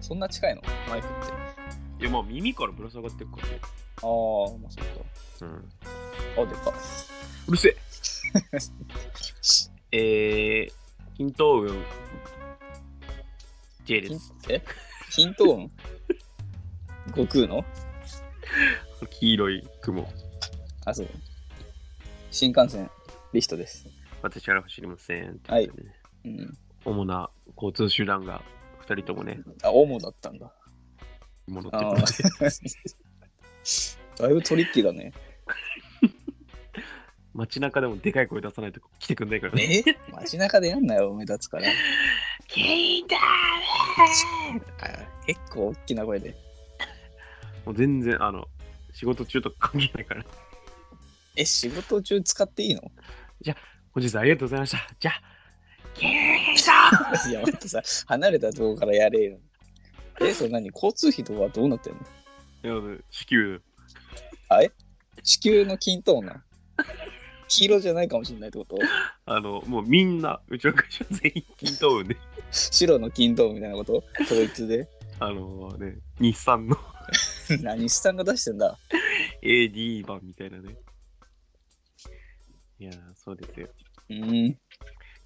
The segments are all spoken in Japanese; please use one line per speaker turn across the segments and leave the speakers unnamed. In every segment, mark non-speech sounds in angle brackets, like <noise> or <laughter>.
そんな近いのマイクって。
いや、まあ耳からぶら下がってくからね。
ああ、まあ、そっ
うん。
か。あ、でか。
うるせ <laughs> え。えー、ヒント運。J
ヒ
で
ン
す。
えヒント音悟空の
黄色い雲。
あ、そう。新幹線、リストです。
私から走りません。
はい
とうことでね
うん。
主な交通手段が2人ともね、
あ、オモだったんだ。
戻ってく
あ
る
あ。だいぶトリッキー <laughs> だね。
街中でもでかい声出さないと来てくんないからね。
え街中でやんなよ、目立つから。
キーンだ
あ結構大きな声で。
もう全然、あの、仕事中とか関係ないから。
え、仕事中使っていいの <laughs>
本日はありがとうございました。じゃあ、キーン
いや、待ってさ、離れたとこからやれよ。え、それ何交通費とかはどうなってんの
だいや、至急。
あえ地球の均等な。黄色じゃないかもしれないってこと
あの、もうみんな、うちの会社全員均等運で、
白の均等みたいなこと統一で。
<laughs>
<laughs>
あのね、日産の
何資産が出してんだ
AD 版みたいなね。いやー、そうですよ。
うん。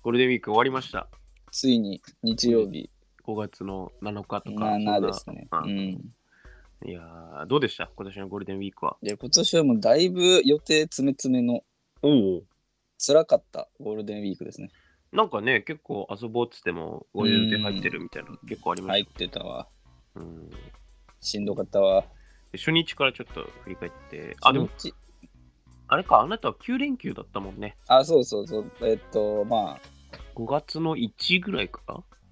ゴールデンウィーク終わりました。
ついに日曜日
5月の7日とか。
7ですね。
そん
う。
なんいやー、どうでした今年のゴールデンウィークは。
で、今年はもうだいぶ予定詰め詰めの
おお。
辛かったゴールデンウィークですね。
なんかね、結構遊ぼうっつっても、ご予定入ってるみたいな、結構ありま
入
し
ってたわ。
た。うんで
しんどかったわ。
初日からちょっと振り返って、あ、でも
その、うち
あれか、あなたは9連休だったもんね。
あ、そうそうそう。えっと、まあ、
5月の1ぐらいか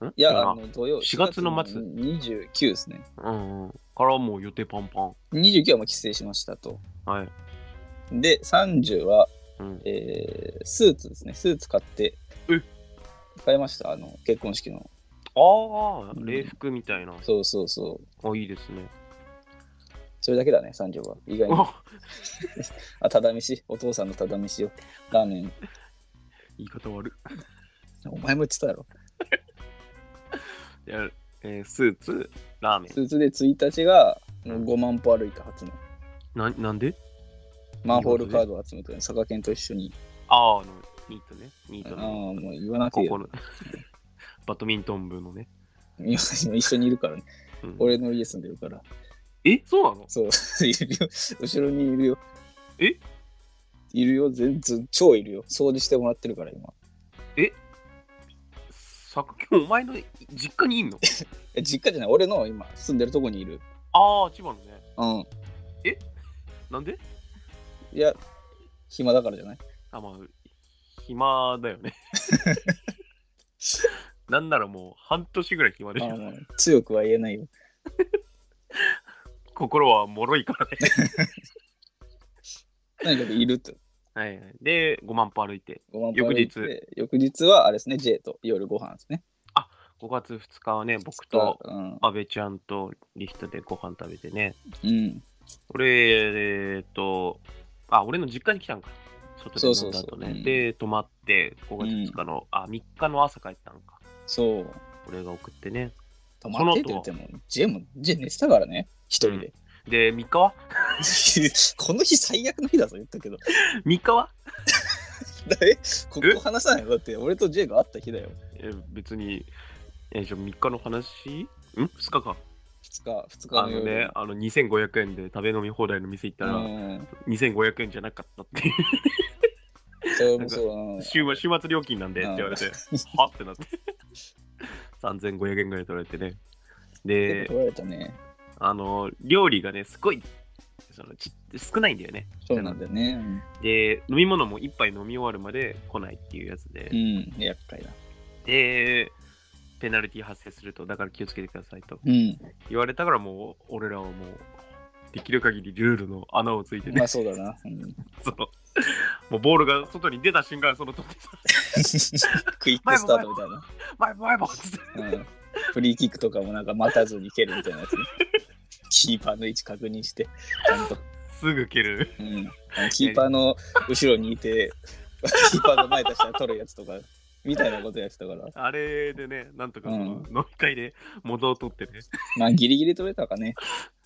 ない
いや、あの、土曜
4月の末
29ですね。
うんうん。からもう予定パンパン。
29はもう帰省しましたと。
はい。
で、30は、
うん、
えースーツですね。スーツ買って。
え
買いました。あの、結婚式の。
ああ
う、ん
礼服みたいな。
そうそうそう。
あ、いいですね。 <laughs>
それだけだね、30は。意外に。
あ
あ、ただ飯。お父さんのただ飯を。ラーメン。
言い方悪い。
お前も言ってたやろ。
いやえースーツ、ラーメン
ス。ーツで1日が5万歩歩いた初の。
ななんで
マンホールカードを集めて、佐賀県と一緒に。
ああ、あの、ニートね。ニー
あ
ト
あ、
の。
もう言わなくてい
こ
い
こ
よ。
の。 <laughs> バドミントン部のね。
今今一緒にいるからね。
うん
俺の家住んでるから。
え、そうなの
そう、いるよ。後ろにいるよ。
え
いるよ。全然、超いるよ。掃除してもらってるから、今。
さっきお前の実家に
<laughs>
いんの
え、実家じゃない。俺の今、住んでるとこにいる。
ああ、千葉のね。
うん。
なんで
いや、暇だから
<laughs>
じゃない。
あ、まあ、暇だよ
<laughs>
ね。 <laughs> なんならもう半年ぐらい暇でし
あ
ょ。
の強くは言えないよ。
心は脆いからね。
とにかくいると。
はいはい。で、5万歩歩いて。
ごまん
翌日
ぽ歩いて。翌日は、あれですね、J と夜ご飯ですね。
5月2日はね、僕と
うん。
安倍ちゃんとリヒトでご飯食べてね。
うん。
俺、えーっと、あ、俺の実家に来たんか。外で飲
そ
んだ後ね。
うそうそううん
で、泊まって、5月2日の、あ、3日の朝帰ったのか。
そう。
俺が送ってね。
泊まってって言っても、J も、J 寝てたからね。一人で。
で、3日は
<laughs> この日最悪の日だぞ言ったけど。 <laughs>
?3 日は
だえここ話さないのだって俺と J が会った日だよ。
え別に、えじゃあ3日の話ん ?2 日か。
2日、2日
あ
の
の
夜。
ね、あの2500円で食べ飲み放題の店行った
う
ら、
ん。
2500円じゃなかったっていう、
それもそう。うん
週末週末料金なんでって言われて、はってなって、3500円ぐらい取られてね。
結
で
構、取られたね。
あの、料理がね、すごい、そのち少ないんだよね。
そうなんだよね。
で、飲み物も一杯飲み終わるまで来ないっていうやつで、
うん。厄介だ。
で、ペナルティ発生すると、だから気をつけてくださいと。
うん。
言われたからもう俺らはもうできる限りルールの穴をついてね、
まあそうだな。うん、
そのもうボールが外に出た瞬間その取ってさ <laughs>
クイックスタートみたいな。
「前前も」っつって
うんフリーキックとかもなんか待たずに蹴るみたいなやつね。キーパーの位置確認して、ちゃんと。
すぐ蹴る
うん、あのキーパーの後ろにいて、キーパーの前出したら取るやつとか、みたいなことやってたから。
あれでね、なんとかその
うん
飲み会で元を取ってね、
まあギリギリ取れたかね。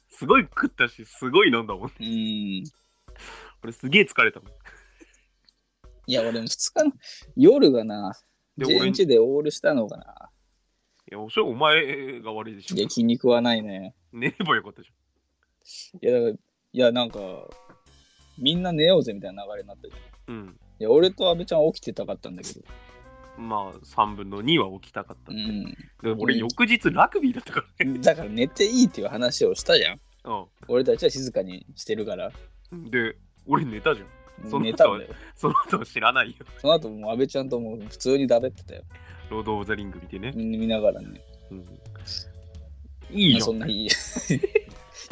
すごい食ったし、すごい飲んだもん。
うん。い
俺すげえ疲れたもん。
や、俺も2日の夜がな、
で、俺
全
に、い
日でオールしたのかな。
や、おしお前が悪いでし
いや、
ょ。
筋肉はないね。
寝ればよかったでしょ。
いや、だから、いや、なんか、みんな寝ようぜみたいな流れになったじゃん。い
うん。
や、俺と阿部ちゃんは起きてたかったんだけど。
まあ、3分の2は起きたかった
う
って。
ん。
で俺、翌日ラグビーだったからね。
だから寝ていいっていう話をしたじゃん。
<laughs> うん
俺たちは静かにしてるから。
で、俺寝たじゃん。そんな
寝たんだよ。
その後は知らないよ。
その後もう安倍ちゃんともう普通にだべってたよ。
ロード・オブ・ザ・リング見てね。
見ながらね。
うんいい
まあ
じ
そんな日 <laughs> いい。い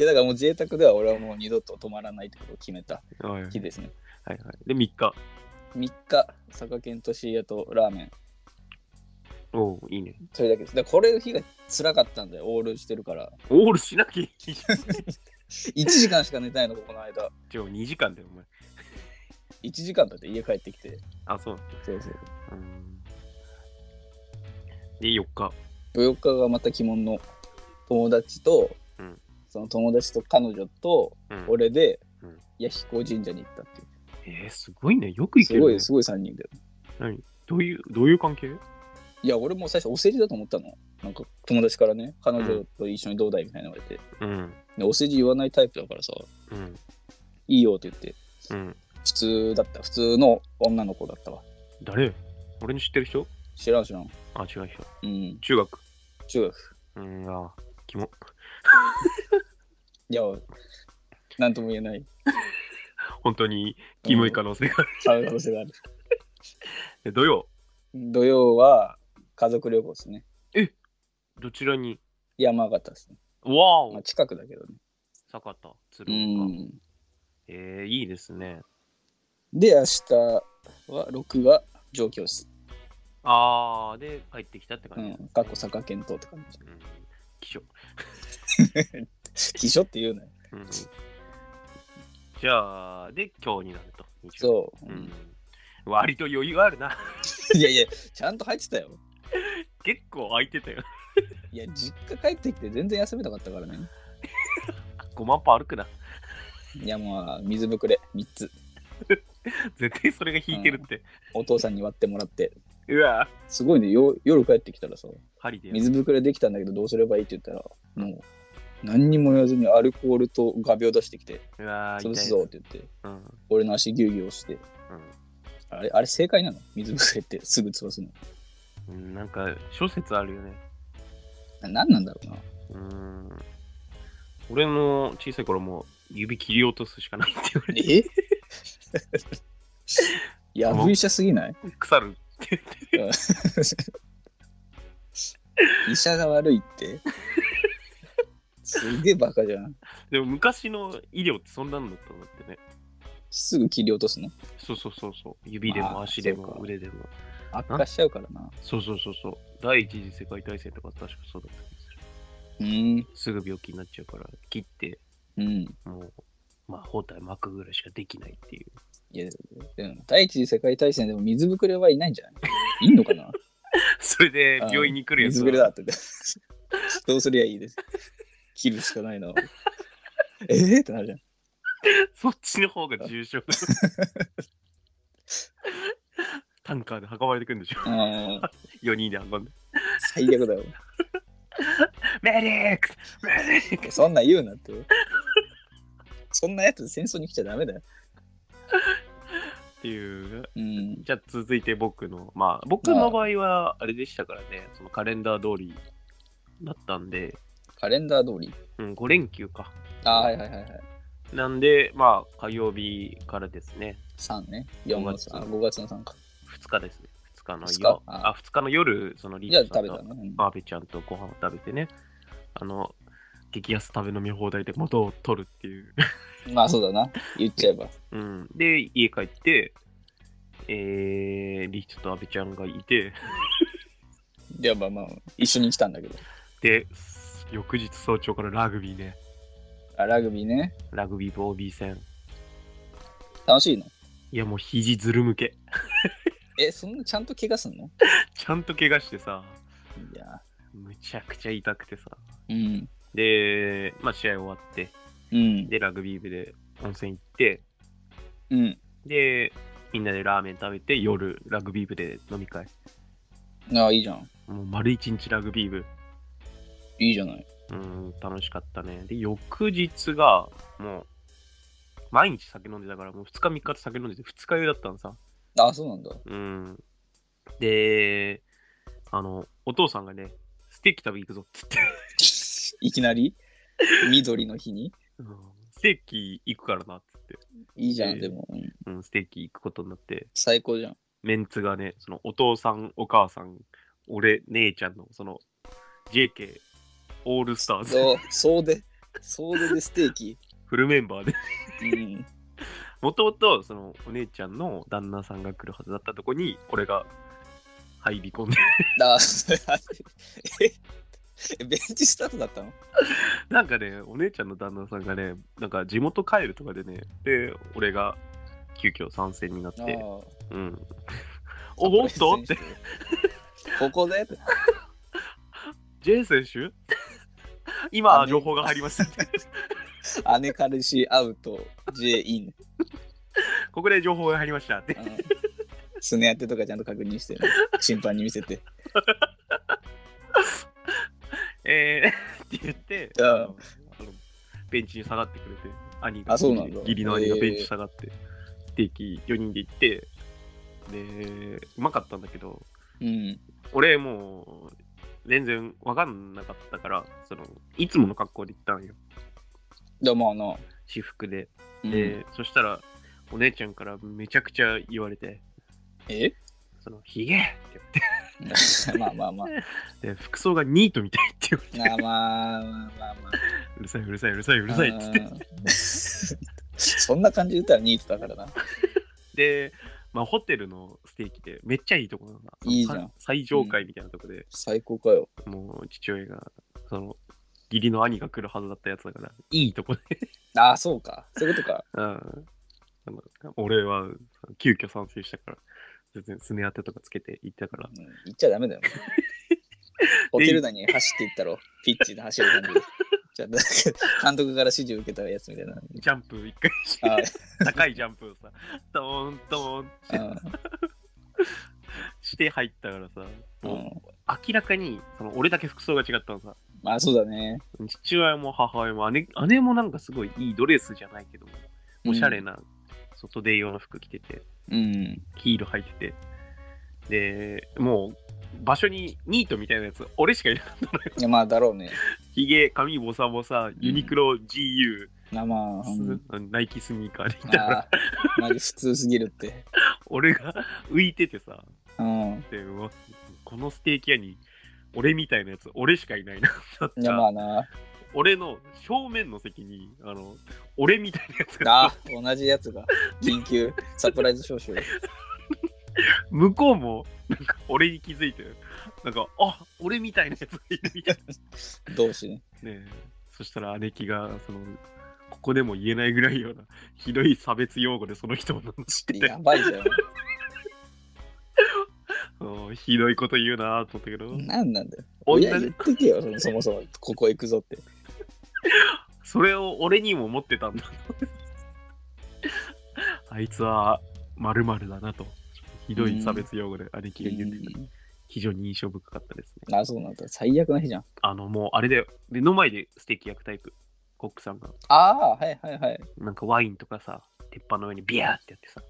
やだからもう自衛宅では俺はもう二度と止まらないってことを決めた
ゃん。はいはい
日ですね。
はい。で、3日。
3日、坂県と椎谷とラーメン。
おういいね。
それだけです。だからこれの日が辛かったんだよ。オールしてるから。
オールしなきゃいいじゃん。
1時間しか寝たいの、この間。
ちょ、2時間だよ、お前。
1時間だって家帰ってきて。
あ、そう。
そうそう。
うんで、4日。
4日がまた鬼門の友達と、
うん
その友達と彼女と
うん
俺で、
うん
弥彦神社に行ったっていう。
えー、すごいね。よく行
す
ける、
ご
ね。
い、すごい3人で。
何どういう、どういう関係
いや、俺も最初お世辞だと思ったの。なんか友達からね、彼女と一緒にどうだいみたいな言われて、
うん。
でお世辞言わないタイプだからさ、
うん。
いいよって言って、
うん。
普通だった、普通の女の子だったわ。
誰俺の知ってる人
知らん知らん。
あ、違う人。
うん、
中学。
中学。
うん、あー、キモ。
いや、なんとも言えない。
本当にキモい可能性がある。
買う可能性がある。
で土曜、
土曜は家族旅行ですね。
どちらに
山形ですね。
わ
まあ、
お
近くだけどね。
坂田、鶴
う
岡。
ん。
えー、いいですね。
で、明日は6が上京です。
あー、で、帰ってきたって
う
感じですね。
ん。かっこ坂県東って感じ。
うん。気象。
<laughs> 気象って言うなよ。
うん。じゃあ、で、今日になると。
そう。
うん。割と余裕あるな。
いやいや、ちゃんと入ってたよ。
結構空いてたよ。
いや、実家帰ってきて全然休めなかったからね。
5万歩歩くな。
いや、まあ、水ぶくれ3つ。
絶対それが引いてるって。
お父さんに割ってもらって。
うわ
すごいね、よ夜帰ってきたらさ、
針でやる。
水ぶくれできたんだけどどうすればいいって言ったら、もう、何にも言わずにアルコールと画鋲出してきて、
うわ痛い
潰
や
す
つ
ぞって言って、
うん。
俺の足ギュウギュウ押して、あれ、あれ正解なの水ぶくれってすぐ潰すの。
うんうん。なんか、諸説あるよね。
な何なんだろうな。
うん。俺の小さい頃もう指切り落とすしかないって言われて、
<laughs> えやぶ医者すぎない
腐るって
<laughs> 医者が悪いってすげえバカじゃん。
でも昔の医療ってそんなんだったんだってね。
すぐ切り落とすの
そうそうそうそう。指でも
あー
足で
そう
も
か
腕でも。
悪化しちゃうからな。
そうそうそうそう。第一次世界大戦とか確かそうだったんでする
うん。
すぐ病気になっちゃうから、切って、
うん。
もう、まあ包帯巻くぐらいしかできないっていう。
いや、でも第一次世界大戦でも水ぶくれはいないんじゃないいんのかな
<laughs> それで病院に来るやつ
水
は
ぶくれだって。 <laughs> どうすりゃいいです。切るしかないな。えーってなるじゃん。
そっちの方が
<laughs>
重症タンカーで運ばれてくるんで
<laughs>
しょ
あー
?4 人で運んで。
最悪だよ。
メリックメリック
そんなん言うなって。そんなやつ戦争に来ちゃダメだよ。
っていう。
うん。
じゃあ続いて僕の、まあ僕の場合はあれでしたからね、そのカレンダー通りだったんで、
カレンダー通り。
うん、5連休か。
あーはいはいはいはい。
なんで、まあ火曜日からですね、
3ね。4
五
月。
月
あ5月の3か。
2日ですね。2日の
二
夜
日、
あ、2日の夜、そのリ
じゃあ
ーチさ
食
ん
べた
と
の、うん
阿部ちゃんとご飯を食べてね、あの、激安食べ飲み放題で元を取るっていう。
まあそうだな。言っちゃえば。
うん、で、家帰って、えー、リヒトと阿部ちゃんがいて、
いやまあまあ、一緒に来たんだけど。
で、翌日早朝からラグビーね、
あ、ラグビーね。
ラグビーボービー戦。
楽しいの
いや、もう肘ずるむけ。 <laughs>
え、そんなちゃんと怪我すんの
ちゃんと怪我してさ、
いや、
むちゃくちゃ痛くてさ。
うん。
で、まあ試合終わって、
うん。
で、ラグビー部で温泉行って、
うん。
で、みんなでラーメン食べて、夜、ラグビー部で飲み会。
ああ、いいじゃん。
もう丸一日ラグビー部。
いいじゃない。
うん、楽しかったね。で、翌日が、もう、毎日酒飲んでたから、もう2日3日と酒飲んでて、2日酔いだったのさ。
ああ、そうなんだ。
うん。で、あの、お父さんがね、ステーキ食べに行くぞっつって、
いきなり緑の日に
うんステーキ行くからなっつって、
いいじゃ
え
ん、
え
でも、うん
うん、ステーキ行くことになって、
最高じゃん。
メンツがね、そのお父さん、お母さん、俺、姉ちゃんの、その、JK、オールスターズ、
そう、そうで、そうででステーキ。
フルメンバーで、
うん。
もともと、その、お姉ちゃんの旦那さんが来るはずだったとこに、俺が入り込んで、 <laughs>
だええベンチスタートだったの
なんかね、お姉ちゃんの旦那さんがね、なんか地元帰るとかでね、で、俺が急遽参戦になって、
あ
うん。お、おっとって、
て。ここでって。
J 選手 <laughs> 今、
あ
情報が入りました <laughs> って。
姉彼氏アウト、J イン。
ここで情報が入りましたって。
うんスネ当てとかちゃんと確認して、審判に見せて。
えー、 <laughs> って言って、
うん
あのあのベンチに下がってくれて、兄が、
あそうなんだ
義理の兄が
へー
ベンチ下がって、ステーキ4人で行って、で、うまかったんだけど、
うん。
俺もう、全然わかんなかったから、その、いつもの格好で行ったんよ、
でもあの、
私服で。
うん
で、そしたら、お姉ちゃんからめちゃくちゃ言われて、
え <laughs>
その、ヒゲって言われ
まあまあまあ。
て、で服装がニートみたいって言われて、
まあまあまあまあまあ。
うるさいうるさいうるさいうるさいっつって。
うんそんな感じで言ったらニートだからな。
で、まあ、ホテルのステーキでめっちゃいいとこなのだ。
いいじゃん
さ最上階みたいなとこで、
最高かよ。
もう父親が、その、義理の兄が来るはずだったやつだから、いいとこで。 <laughs>
ああ、そうか。そういうことか。
うんあの俺は急遽賛成したから、全然すね当てとかつけて行ったから
う、ん行っちゃダメ
<laughs>
だよ。ホテル内に走っていったろ。ピッチで走る感じで。じゃあ <laughs> なんか監督から指示を受けたやつみたいな。
ジャンプ一回
あ
して、 <laughs> 高いジャンプをさ、ドーンドーンって
あ
して入ったからさ、
うんう
もうん明らかにその俺だけ服装が違ったのさ、
まあそうだね。
父親も母親も姉姉もなんかすごいいいドレスじゃないけども、おしゃれな外出用の服着てて、
うん。
ヒール履いてて、で、もう場所にニートみたいなやつ、俺しかいない。
いやまあだろうね。
ひげ、髪ボサボサ、ユニクロ、GU、
まあまあ、うん
ナイキスニーカーでいたか
あ
ら、
あ、マジ普通すぎるって。
俺が <laughs> 浮いててさ、
うん。
でうわこのステーキ屋に俺みたいなやつ、俺しかいないな。だった
いやまあな。
俺の正面の席に、あの、俺みたいなやつが、
あ同じやつが。緊急サプライズ招集。
向こうも、なんか俺に気づいて、なんか、あ俺みたいなやつがいるみたいな。
同士ね。
ねえそしたら姉貴がそのここでも言えないぐらいようなひどい差別用語でその人を罵ってて
やばいじゃん。
<laughs> うんひどいこと言うなと思ったけど、
なんなんだよ。
同じ
親言ってけよ、そのそもそも。ここ行くぞって。
それを俺にも思ってたんだ <laughs> あいつはまるだなとひどい差別用語で姉貴が言ってて非常に印象深かったですね
ああ、そうなんだ。最悪な日じゃん。
あのもうあれだよ目の前でステーキ焼くタイプコックさんが
ああ、はいはいはい。
なんかワインとかさ鉄板の上にビャーってやってさ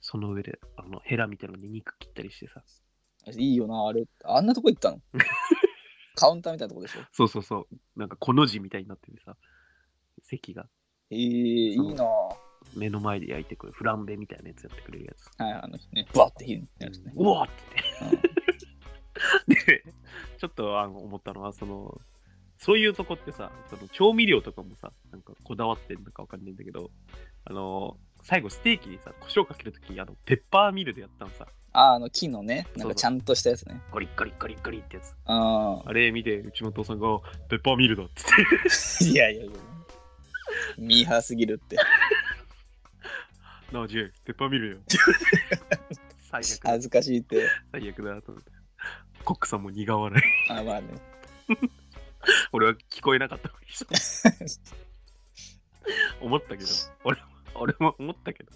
その上であのヘラみたいなのに肉切ったりしてさ
いいよな、あれ。あんなとこ行
<laughs>
ったのカウンターみたいなとこでしょ。
そうそうそう。なんかこの字みたいになっててさ、席が
えー、いいなは
目の前で焼いてくるフランベみたいなやつやってくれるやつ。
い、あのね、バッて火になるやつね。
うわっって。 <laughs> で、ちょっとあの思ったのは、その、そういうとこってさ、その調味料とかもさ、なんかこだわってるのかわかんないんだけど、あの、最後ステーキにさ、胡椒かけるとき、あの、ペッパーミルでやったのさ、
ああ、あの木のね、なんかちゃんとしたやつね。
ゴリッゴリッゴリッゴリッってやつ。
あ
あれ見て、うちのお父さんが、ペッパーミルだっつって。 <laughs>
あ。 <laughs> いやいやいや。ミーハーすぎるって。
なあ、ジェイ、ペッパーミルよ。最悪だ
恥ずかしいって。
最悪だと思ってコックさんも苦笑い <laughs>
あ、まあね。
俺は聞こえなかった <laughs> ふりして思ったけど俺も俺も思ったけど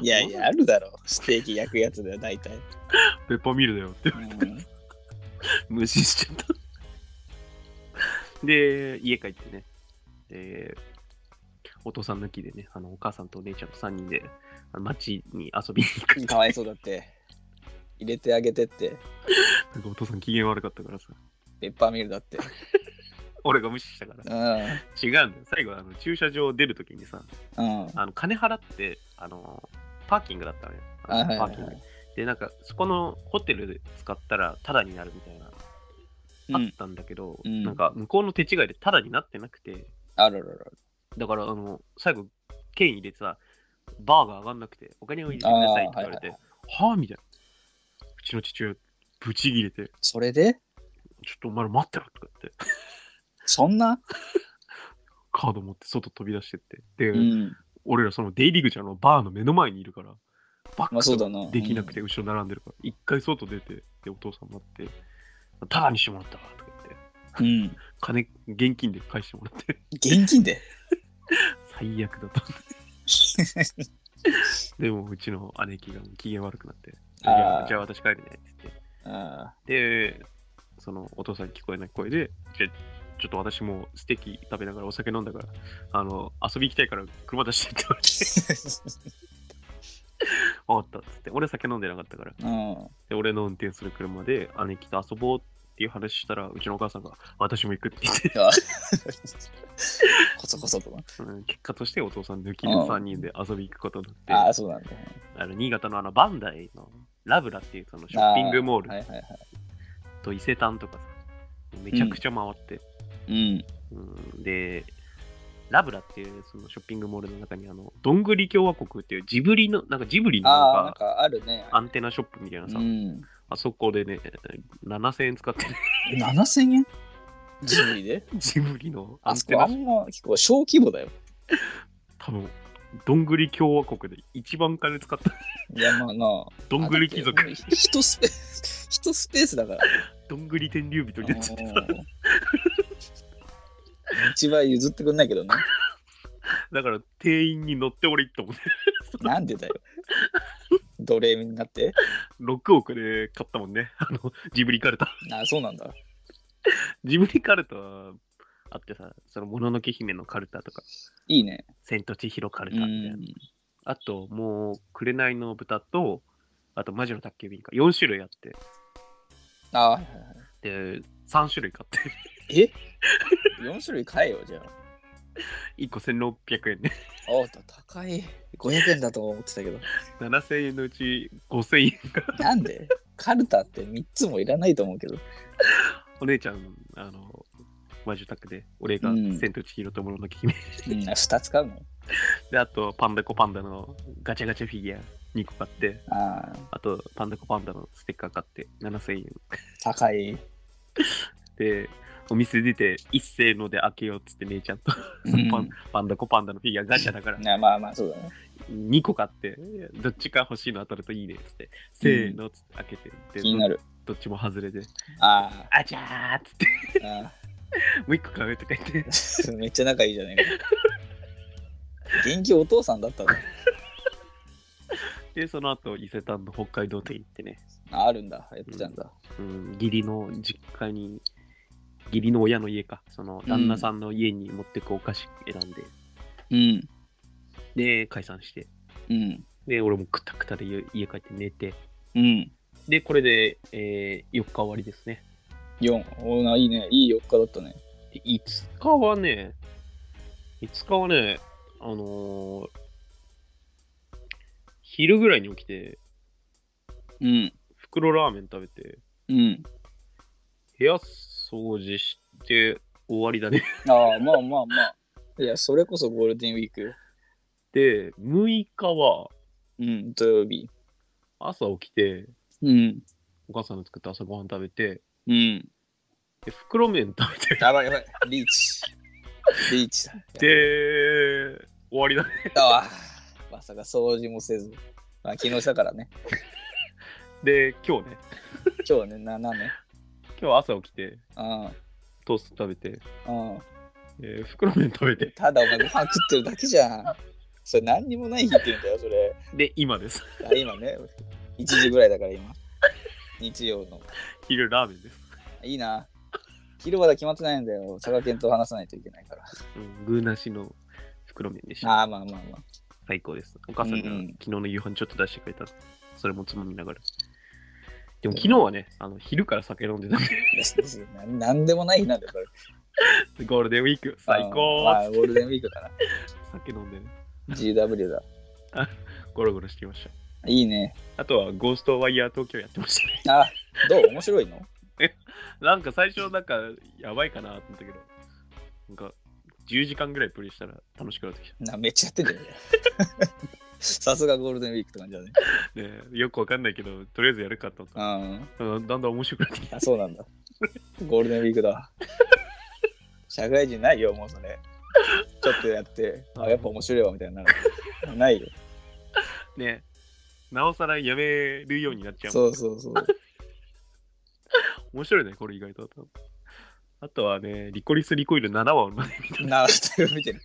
いやいや、あるだろう。ステーキ焼くやつだよ、大体。
ペッパーミルだよって
うん、
無視しちゃった。で、家帰ってね、で、お父さん抜きでね、あのお母さんとお姉ちゃんと3人で、あの街に遊びに行
<laughs>
く。
かわいそうだって。入れてあげてって。
なんかお父さん機嫌悪かったからさ、
ペッパーミルだって。
俺が無視したから。
う
違うんだよ。最後、あの駐車場出るときにさ、
ん。うん。
あの金払って、あの、パーキングだったのよ。
あ
あの
はい
パ
はい
ー
はい
キング。で、なんか、そこのホテルで使ったら、タダになるみたいな、
う
あ
ん
ったんだけど、
うん
なんか、向こうの手違いでタダになってなくて、
あるある
だから、あの、最後、剣入れてさ、バーが上がんなくて、お金を入れてくださいって言われて、
あー
はぁ、みたいな。うちの父親、ブチ切れて、
それで
ちょっとお前ら待ってろとか言って、
そんな、
カード持って外飛び出してって。で、
うん、
俺らその出入り口あのバーの目の前にいるから、バ
まあそう
ッ
だ
ク
な
できなくて、後ろ並んでるから、一回外出て、で、お父さん待って、タダにしてもらったわとか言っ
う
て、
ん。
金、現金で返してもらって、
現金で。 <laughs>
最悪だった。でも、うちの姉貴が機嫌悪くなって、じゃ
あ
あ
ー
じゃあ私帰るねって言って。
あ
で、そのお父さんに聞こえない声で、じゃちょっと私もステーキ食べながらお酒飲んだから、あの、遊び行きたいから車出してって言 <laughs> われて、分かったっつって、俺酒飲んでなかったから、
あ。うん。
で、俺の運転する車で姉貴と遊ぼうっていう話したら、うちのお母さんが私も行くって言って、
<laughs> こそこそとな。
うん結果としてお父さん抜きで
うん
3人で遊び行くことになって、
あ
あ
あ、そうなんだ。
の新潟のあのバンダイのラブラっていうそのショッピングモー
は
ル
いはいはい。
と伊勢丹とかさ、めちゃくちゃ回って、
うん。
うんで、ラブラっていうそのショッピングモールの中にあの、どんぐり共和国っていうジブリの、なんかジブリの
ああ、
な
なん
んか
かあるね。
アンテナショップみたいな
う
さ、
ん。
あそこでね、7000円使ってる
7000円ジブリで
<laughs> ジブリのア
あ
ン
そ
テ
こあ
ナ、
んま結構小規模だよ。
多分どんぐり共和国で一番金使った。
いや、まあな。
どんぐり貴族
あ。だっ、て一スペース、 <laughs> 一スペースだから。
どんぐり天竜人になっちゃってさ、
うん道は譲ってくんないけどね。
だから店員に乗って俺行ったもんね。 <laughs>
なんでだよ。奴隷になって。
6億で買ったもんね、あ <laughs> の、ジブリカルタ。 <laughs>
ああ、そうなんだ。
ジブリカルタはあってさ、そのもののけ姫のカルタとか、
いいね。
千と千尋カル
う
タみたいな。
ん。
あと、もう、紅の豚と、あと、魔女の宅急便か。4種類あって。
ああ、はいはいはい。
で、3種類買って。 <laughs>
え ?4 種類買えよ、じゃあ。
1個1600円ね。 <laughs>
ああ、高い。500円だと思ってたけど。 <laughs>
7000円のうち5000円 <laughs> が。
なんでカルタって3つもいらないと思うけど。
お姉ちゃん、あの、魔女宅で、俺が
うん
千と千尋ともののけ姫。
うん、2つ買うの
で、あと、パンダコパンダのガチャガチャフィギュア2個買って、
ああ、
あと、パンダコパンダのステッカー買って、7000円。
高い。
で、お店出て、一斉ので開けようっつって、姉ちゃんと、 <laughs>
うん
パンパンダコパンダのフィギュアガチャだから。
なまあまあ、そうだね。
2個買って、どっちか欲しいの当たるといいねっつって、せーのっつって開けて、で
気になる。
どどっちも外れで、
あ
あちゃーっつって、
あ、あ
もう1個買うとか言って、
あ <laughs> めっちゃ仲いいじゃないか。元気お父さんだったの
で、その後伊勢丹の北海道店行ってね、
ああるんだ。やってたんだ。
うん、義理の実家に、義理の親の家か、その旦那さんの家に持ってくお菓子選んで、
うん。
で、解散して、
うん。
で、俺もくたくたで家家帰って寝て、
うん。
で、これで、えー4日終わりですね。
4。おーないいね。いい4日だったね。
で5日はね、5日はね、あのー昼ぐらいに起きて、
うん。
袋ラーメン食べて、
うん。
部屋掃除して終わりだね。
ああ、まあまあまあ。いや、それこそゴールデンウィークよ。
で、6日は
うん、土曜日。
朝起きて、
うん。
お母さんの作った朝ごはん食べて、
うん。
で袋麺食べ
やばいやばい。リーチ。リーチだ。
て、で、終わりだね。
やったわ。まさか掃除もせず。まあ、昨日したからね。
で、今日ね、
今日ね、な、なんね。
今日朝起きて、
うん。
トースト食べて、
うん。
えー、袋麺食べて、
ただお前ご飯食ってるだけじゃん。それ何にもない日って言うんだよ、それ。
で、今です。
あ今ね、1時ぐらいだから今。日曜の。
昼ラーメンです。
いいな。昼まだ決まってないんだよ。佐賀県と話さないといけないから。
うん、具なしの袋麺でした。
ああ、まあまあまあ。
最高です。お母さんが
うんうん
昨日の夕飯ちょっと出してくれた。それもつまみながら。でも昨日はね、あの昼から酒飲んでたん <laughs> で、
ななんでもない日なんだよ、それ。
ゴールデンウィーク、最高
あーまあゴールデンウィークだな。
酒飲んでね、
GW だ。
ゴロゴロしてました。
いいね。
あとはゴーストワイヤー東京やってましたね。 <laughs>
あどう面白いの
なんか最初なんかやばいかなと思ったけど、なんか10時間ぐらいプレイしたら楽しくなってきた。
なめっちゃやってんじゃん。 <laughs> さすがゴールデンウィークって感じだね。
でよくわかんないけど、とりあえずやるかと思った。
うん。
うんだんだん面白くなってきた。
あ、そうなんだ。ゴールデンウィークだ。社会人ないよ、もうそれ。ちょっとやって、あ、やっぱ面白いわみたいになる。ないよ。
ねなおさらやめるようになっちゃうもん。
そうそうそう。
面白いね、これ意外と。あとはね、リコリス・リコイル7
<laughs>
話まで見た。
なあ、それ見てる。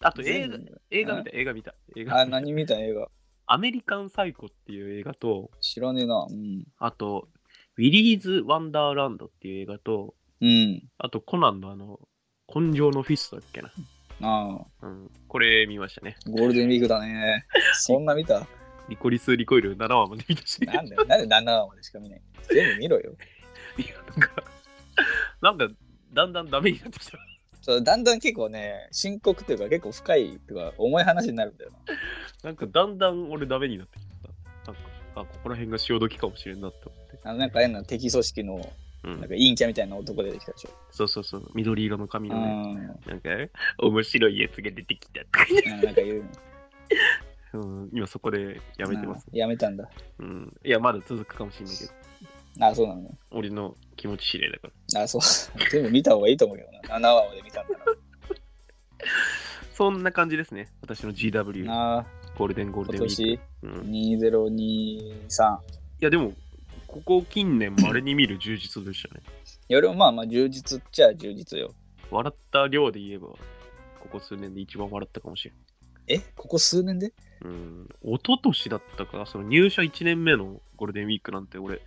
あと <laughs> 映画、映画見た、映画見た。映画
あ、何見た映画
アメリカン・サイコっていう映画と、
知らねえな。うん。
あと、ウィリーズ・ワンダーランドっていう映画と、
うん。
あとコナンのあの、根性のフィストだっけな。
ああ、
うん、これ見ましたね。
ゴールデンウィークだね。そんな見た
リコリス・リコイル7話まで見たし。
なんだよ。なんで7話までしか見ない全部見ろよ。
いやなんか、なんか、だんだんダメになってきた。
そうだんだん結構ね、深刻というか結構深いというか重い話になるんだよな。
なんか、だんだん俺ダメになってきた。なんか、あ、ここら辺が潮時かもしれんなって思って。
あのなんか変な敵組織の
う
なん
ん、
か陰キャみたいな男出てきたでしょ。
そうそうそう、緑色の髪
う
のね、
ん。うん
なんか、面白いやつが出てきた。
なんか言うの。
<laughs> うん、今そこでやめてます。
あやめたんだ。
うん、いや、まだ続くかもしれないけど、
あ、そうなのね。
俺の気持ち次第だから。
あ、そう。 <laughs> 全部見た方がいいと思うけどな。7話まで見たんだか
そんな感じですね、私の GW、
らな。
ゴールデンゴールデ
今
ンウィー
年
ク。うん、い
2023。
や、でも、ここ近年、まれに見る充実でしたね。
よりもまあまあ充実っちゃ充実よ。
笑った量で言えば、ここ数年で一番笑ったかもしれない。
え、ここ数年で
うん、一昨年だったかな、その入社1年目のゴールデンウィークなんて、俺、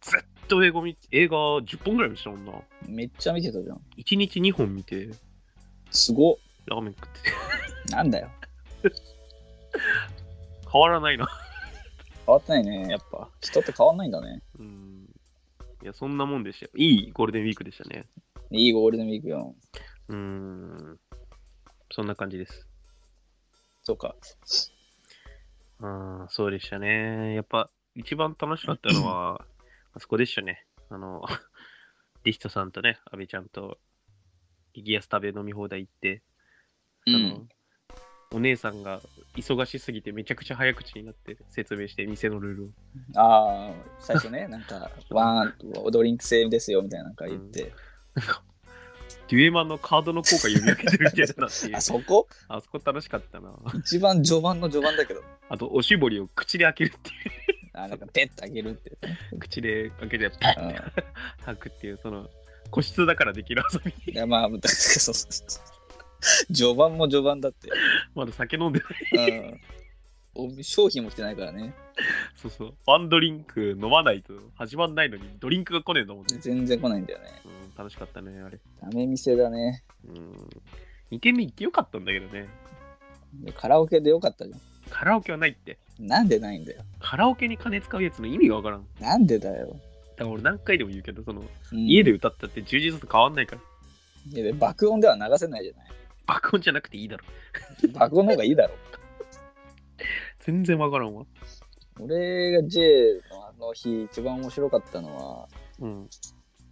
ずっと映画見映画10本ぐらい見てたもんな。
めっちゃ見てたじゃん。
1日2本見て、
すごっ。
ラーメン食ってて、 <laughs>
なんだよ。
変わらないな。
変わってないね。やっぱ人って変わんないんだね。
うん。いや、そんなもんでしたよ。いいゴールデンウィークでしたね。
いいゴールデンウィークよ。
うん。そんな感じです。
そうか。
うん、そうでしたね。やっぱ、一番楽しかった
<clears throat>
のは、あそこでしたね。あの、 <laughs> リストさんとね、阿部ちゃんと、激安食べ飲み放題行って、
う
あの
ん。
お姉さんが忙しすぎてめちゃくちゃ早口になって説明して店のルールを。
ああ、最初ね、なんか、ワン、ドリンク制ですよみたいななんか言って。
デュエマンのカードの効果読み上げてるみたいだなっていう
あ、。そこ
あそこ楽しかったな。
一番序盤の序盤だけど。
あと、おしぼりを口で開けるってい
あ、
<laughs>
なんか、ペッてあげるって。
う。口で開けて、パ
う
ッ
ん
て吐くっていう、その、個室だからできる遊
い
び。
やまあ、だ <laughs> ってそう序盤も序盤だって。
まだ酒飲んでない。
うんお商品も来てないからね。
そうそう。ワンドリンク飲まないと始まんないのに、ドリンクが来ねえんだもんね。
全然来ないんだよね。
うん、楽しかったね、あれ。
ダメ店だね。
うん。2軒目行ってよかったんだけどね。
でカラオケでよかったじゃ
カラオケはないって。
ん。なんでないんだよ。
カラオケに金使うやつの意味がわからん。
なんでだよ。
だから俺何回でも言うけど、その、
うん
家で歌ったって充実と変わんないから、
いやで爆音では流せないじゃない。
爆音じゃなくていいだろ。
爆音の方がいいだろ。
全然わからんわ。
俺が J のあの日、一番面白かったのは、
うん。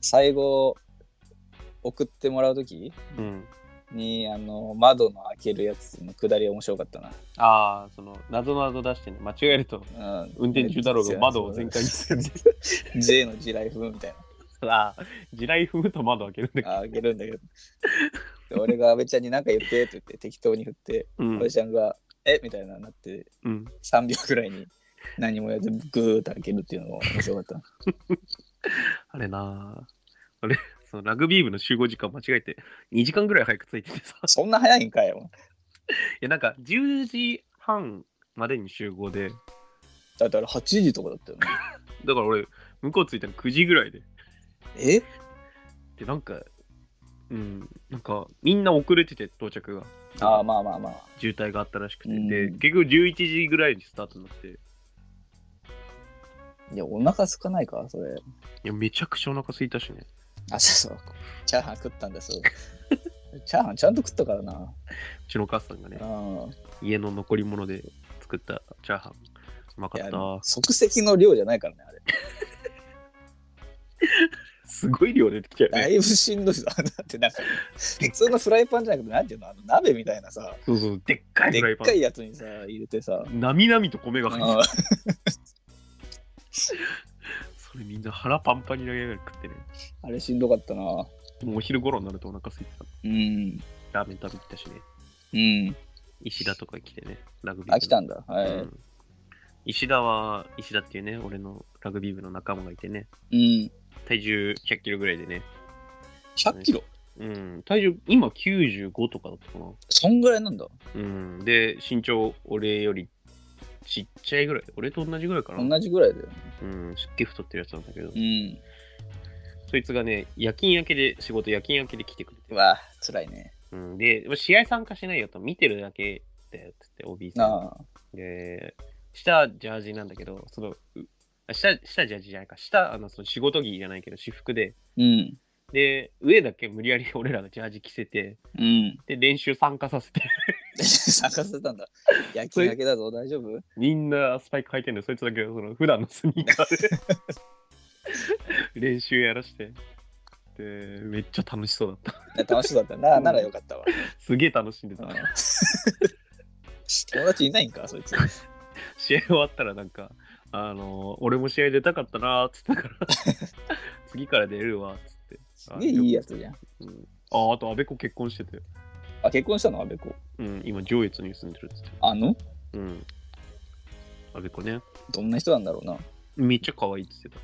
最後、送ってもらうとき
うん。
に、あの、窓の開けるやつのくだり面白かった
ああ、その、謎の謎出してね、間違えると、
な。うん。
運転中だろうが窓を全開にするんで。
J の地雷風みたいな。
ああ、地雷踏むと窓開けるんだけ <laughs> ど。
あげるんだけど。で俺が安倍ちゃんに何か言ってって言って適当に振って、
う
安
ん
倍。ちゃんが、えみたいななって
うん。
3秒くらいに何もやってグーッと開けるっていうのが面白かったな。
あれなぁ。あれ、そのラグビー部の集合時間間違えて、2時間ぐらい早く着いててさ。 <laughs>
そんな早いんかよ。
いや、なんか、10時半までに集合で、
だってあれ8時とかだったよね。
だから俺、向こう着いたの9時ぐらいで。
え
で、なんか、うん、なんか、みんな遅れてて、到着が。
ああ、まあまあまあ。
渋滞があったらしくて、
うん
で結局11時ぐらいにスタートになってい
いや、お腹空かないか、それ。
やめちゃくちゃお腹空いたしね
あ、そうそう。チャーハン食ったんです。
<laughs>
チャーハンちゃんと食ったからな。
うちのお母さんがね
うん。
家の残り物で作ったチャーハンうまか
い
っ
や
た
即席の量じゃないからね、あれ。
すごい量出てきたよ
だ
ね
いぶしんどいぞ。だってなんか、普通のフライパンじゃなくて、なんていうの、あの鍋みたいなさ、
そうそうでっかい
で
フライ
っ
パ
か
ン
いやつにさ、入れてさ。
なみなみと米が入って
うん
たそれみんな腹パンパンになりながら食ってね
あれしんどかったな。
でもお昼頃になるとお腹空いてた
うん。
ラーメン食べてきたし
う
ね
ん。
石田とか来てねラグビー部の
飽きたんだ。はい。
うん石田は石田っていうね俺のラグビー部の仲間がいてね
うん。
体重100キロぐらいでね
100キロ
うん、体重、今95とかだったかな。
そんぐらいなんだ。
うん、で、身長、俺よりちっちゃいぐらい、俺と同じぐらいかな。
同じぐらいだよね。
うん、すっげえ太ってるやつなんだけ
う
ど、
ん。
そいつがね、夜勤明けで、仕事夜勤明けで来てくれ
う、
て
わ、辛いね。
うん、で、試合参加しないよと、見てるだけだよってって、OB さ
なあ。
ん。で、下、ジャージなんだけど、その、うあ下、下ジャージじゃないか、下、あのその仕事着じゃないけど、私服で、
うん。
で、上だけ無理やり俺らがジャージ着せて、
うん。 <laughs>
で、練習参加させて、 <laughs>
参加させたんだ。焼きだけだぞ、大丈夫
みんなスパイク履いてんの、そいつだけその普段のスニーカーで <laughs> 練習やらして。で、めっちゃ楽しそうだった。
楽しそうだったな。
うん
ならよかったわ。
すげえ楽しんで
う
<laughs> た
ん。友達いないんか、そいつ。
試合終わったらなんか、あの俺も試合出たかったなーっつっ
<laughs>
たから、次から出るわっつって。
すげえいいやつじゃん。
うんあ、あと、安倍子結婚してて。
あ、結婚したの、安倍子。
うん、今、上越に住んでるっつって。
あの
うん。安倍子ね、
どんな人なんだろうな。
めっちゃ可愛いっつってた。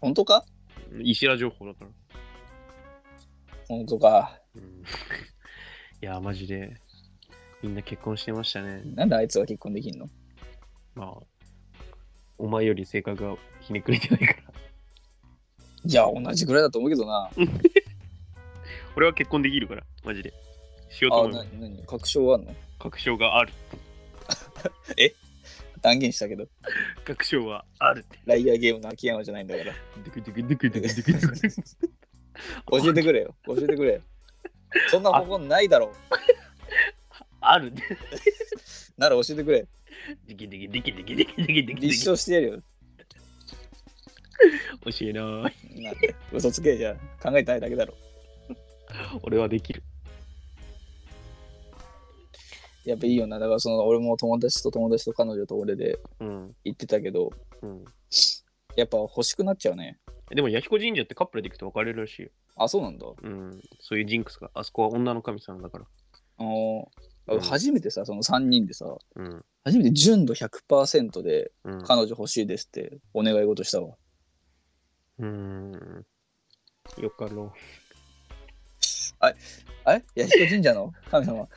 本当か
石田情報だから。
本当か。
うん <laughs> いや、マジで、みんな結婚してましたね。
なんであいつは結婚できんの
まあ、お前より性格がひねくれてないから。
いや、同じぐらいだと思うけどな。
俺は結婚できるから、マジで。しようと
あ、
思
な
う。
何確証あんの
確証がある。
断言したけど、
確証はあるって。
ライアーゲームの秋山じゃないんだから。
ドゥクドゥクドゥクドゥクドゥクドゥク
教えてくれよ。教えてくれよ。そんな方法ないだろう。
あるって。
なら教えてくれ。
できできできできできできできで
立
き。教
証してやるよ。
えない。
なんで嘘つけじゃ考えたいだけだろ。
俺はできる。
やっぱいいよな。だからその俺も友達と友達と彼女と俺で
うん。
行ってたけど、
うん。
やっぱ欲しくなっちゃうね。
でも、弥彦神社ってカップルで行くと別れるらしいよ。
あ、そうなんだ。
うん。そういうジンクスが。あそこは女の神様だから。
あのー
うん
初めてさ、その3人でさ、
うん。
初めて純度100%で
うん。
彼女欲しいですってお願い事したわ。
うーん。よかろ
あれ弥彦神社の <laughs> 神様。
う。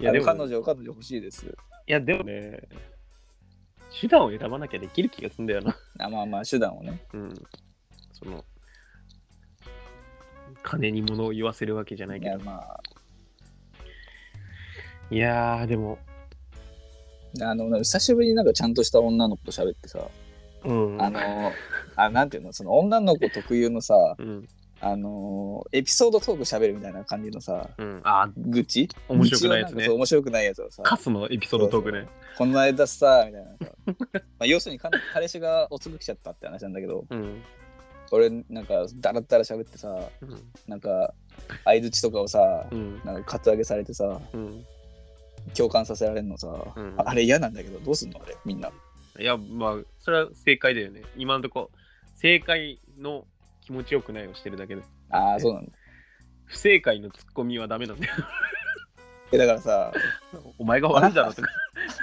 いや、でも、
あの彼女、彼女欲しいです。
いや、でもね、手段を選ばなきゃできる気がすんだよな。
あまあまあ、手段をね。
うん。その、金に物を言わせるわけじゃない
い
けど
や。まあ、
いやー、でも、
あの、久しぶりになんかちゃんとした女の子と喋ってさ、
うん。
あのー、あ、なんていうの、その女の子特有のさ、
うん。
あのー、エピソードトーク喋るみたいな感じのさ、
うん。あ、
愚痴
面白くないやつね
愚痴をんかそう面白くないやつをさ、
カスのエピソードトークね。
この間さ、みたいなさ。まあ要するに彼彼氏がおつぐきちゃったって話なんだけど、
うん。
俺なんかだらだら喋ってさ、
うん。
なんか相槌とかをさ、
うん。
なんかカツアゲされてさ、
うん。
共感させられるのさ、
うん
ああれ嫌なんだけど、どうすんのあれ、みんな。
いや、まあ、それは正解だよね。今のとこ、正解の気持ちよくないをしてるだけで。
ああ、そうなんだ。
不正 <laughs> 解のツッコミはダメなんだよ。
えだからさ、
<laughs> お前が悪いだろとか。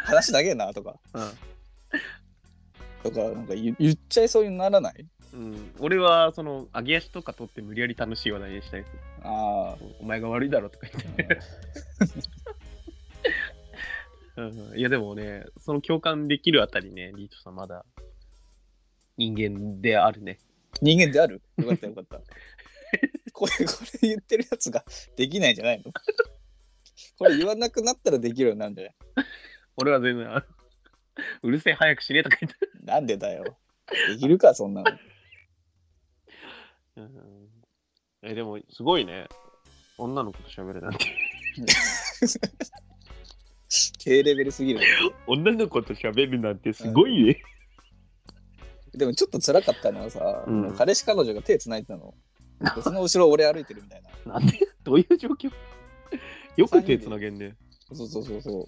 話だけやなとかとかなんか言言っちゃいそうにならない
うん、うん、俺はその揚げ足とか取って無理やり楽しい話題にしたりする
あ
お前が悪いだろとか言って
ー
うんいやでもね、その共感できるあたりね、リートさんまだ人間であるね。
人間であるよかったよかったこれこれ言ってるやつができないんじゃないのこれ言わなくなったらできるようになるんじゃない
俺は全然、あのうるせえ早く死ねとか言って。
なんでだよできるかそんなの
うんえでもすごいね、女の子と喋るなんて。
低レベルすぎる
女の子と喋るなんてすごいね。
でもちょっと辛かったのはさ、
うん
彼氏彼女が手繋いでたの
<laughs>
でその後ろ俺歩いてるみたいな
なんで <laughs> どういう状況よく手つなげんね。
そうそうそうそう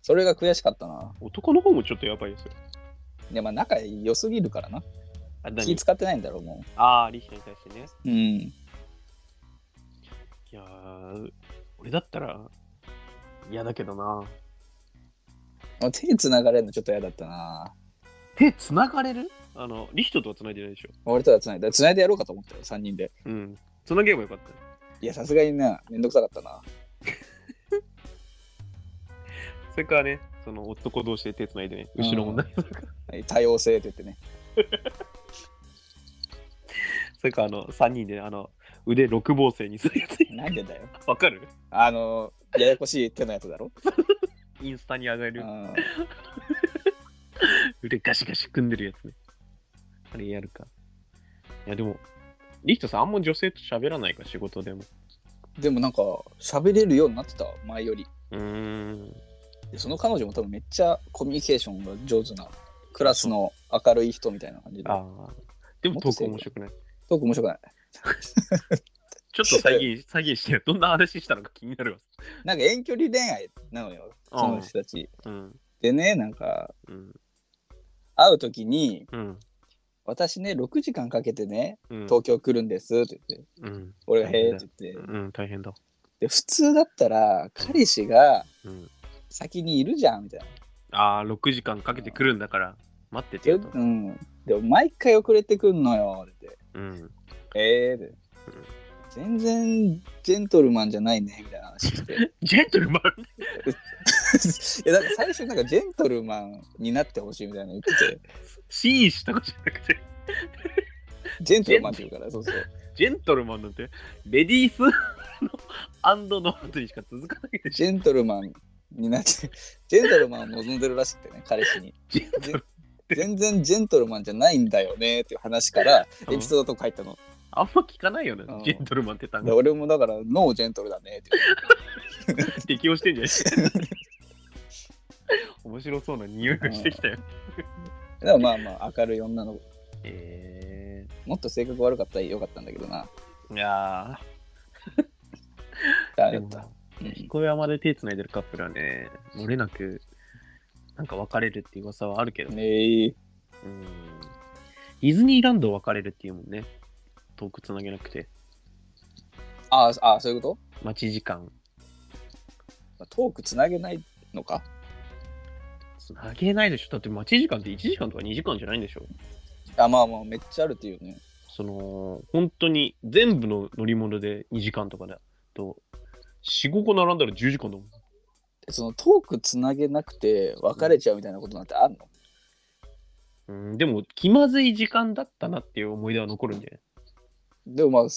それが悔しかったな
男の方もちょっとやばいですよ。
でまあ仲良すぎるからな
あ、
気使ってないんだろうも
ああ、リヒに対してね。
ううん
いやー、俺だったら嫌だけどな。
あ手繋がれるのちょっと嫌だったな
手つながれるあの、リヒトとはつないでないでしょ。
俺とは繋いで繋いでやろうかと思ったよ3人で
うん。つなげばよかったよ。
いやさすがになめんどくさかったな
それからね、その男同士で手つないでね、後ろもない。
多様性って言ってね
それからあの、3人であの、腕六芒星にするや <laughs> つ。
なんでだよ
わかる
あのややこしい手のやつだろ、
インスタに上が
う
る
ん、
腕ガシガシ組んでるやつね。あれやるか。いや、でも、リヒトさんあんま女性と喋らないから仕事でも。
でもなんか喋れるようになってた前より
うーん。
でその彼女も多分めっちゃコミュニケーションが上手なクラスの明るい人みたいな感じで
ああ。でもトーク面白くない。
トーク面白くない
ちょっと再現、再現してよどんな話したのか気になるわ。
なんか遠距離恋愛なのよ
あー
その人たち
うん。
でねなんか
うん。
会う時に
うん。
「私ね6時間かけてね
うん。
東京来るんです」って言って
うん。
俺が「へえ」って言って
うん、大変だ。
で普通だったら彼氏が
うん。
先にいるじゃんみたいな
ああ、6時間かけてくるんだから、待ってて
で
よと。
うんでも毎回遅れてくんのよって言って
うん。
「ええ」って全然ジェントルマンじゃないねみたいな話して
ジェントルマン
<laughs> いやだから最初なんかジェントルマンになってほしいみたいなの言ってて
真意したことじゃなくて、
ジェントルマンって言うからそうそう
ジェントルマンなんて、レディースのアンドの後にしか続かないでし
ジェントルマンになってジェントルマンを望んでるらしくてね彼氏に
ょ。ジェント
ジェ
ル
ン全然ジェントルマンじゃないんだよねっていう話から
うん
エピソードとか入ったの、
あんま聞かないよね
うん、
ジェントルマンって単
で
語。
俺もだからノージェントルだねって
適応してんじゃない <laughs> 面白そうな匂いがしてきたよ。
でもまあまあ明るい女の子
え
もっと性格悪かったらよかったんだけどな
ー。いやー。
ダ
で
メ
も
だった、うん
彦山で手つないでるカップルはね、漏れなく、なんか別れるっていう噂はあるけどね。
ねえ
うん。ディズニーランド別れるっていうもんね。遠くつなげなくて。
ああそういうこ
待ち時間。
とトークつなげないのか
つなげないでしょ。だって待ち時間って1時間とか2時間じゃないんでしょ。
あまあまあめっちゃあるっていうね
その、本当に全部の乗り物で2時間とかだと、4、5個並んだら10時間だもん。
そのトークつなげなくて別れちゃうみたいなことなんてあんの、
うん、でも気まずい時間だったなっていう思い出は残るんじゃない
でもまあ好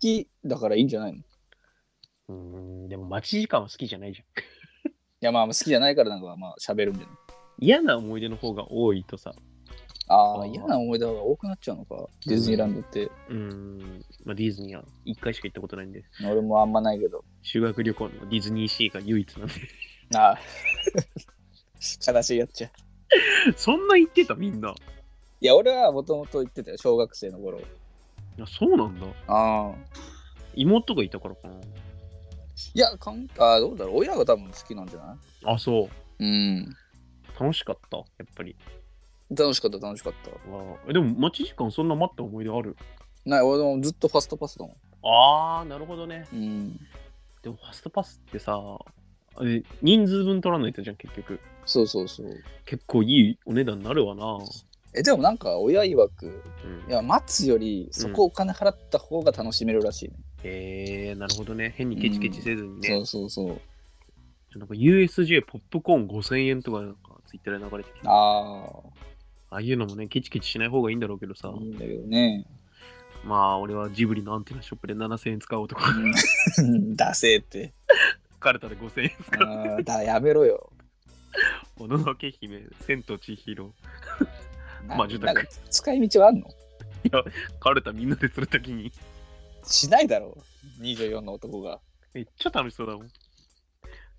きだからいいんじゃないのい
うん、でも待ち時間は好きじゃないじゃん。
やまあ好きじゃないからなんかまあ喋るんじゃない
嫌な思い出の方が多いとさ、
あ
あ
あ
ー
嫌な思い出が多くなっちゃうのかディズニーランドって、
うーん、まあ、ディズニーは1回しか行ったことないんで、
俺もあんまないけど
修学旅行のディズニーシーが唯一なんで。 <laughs>
ああ <laughs> 悲しいやっちゃ
そんな行ってたみんな。
いや俺はもともと言ってたよ小学生の頃
いやそうなんだ。
ああ
妹がいたからか
いやかんあーどうだろう親が多分好きなんじゃな
な。あ、そう。
いうん
楽しかった、やっぱり。
楽しかった楽しかった
わあでも待ち時間そんな待った思い出ある。
ない俺もずっとファストパスだもん
あー、なるほどね。
うん
でもファストパスってさ、あれ人数分取らないとじゃん、結局。
そうそうそう。
結構いいお値段になるわな。
え、でもなんか親曰く、
うん
いや、待つよりそこお金払った方が楽しめるらしいね。
えー、なるほどね。変にケチケチせずにね。
そうそうそう。
なんか USJ ポップコーン5000円とかなんかツイッターで流れてきて、あ
あ
あいうのもね、ケチケチしない方がいいんだろうけどさ
あ、、いいんだけどね。
まあ俺はジブリのアンテナショップで7000円使おうとか、
うん、 <laughs> ダセーって。
カルタで5000円使 <laughs> う。
あーだやめろよ。
もののけ姫、千と千尋、
な
まあ住宅
なんか使い道はあんの
カルタみんなでするときに、
しないだろう。24の男が。
めっちゃ楽しそうだもん。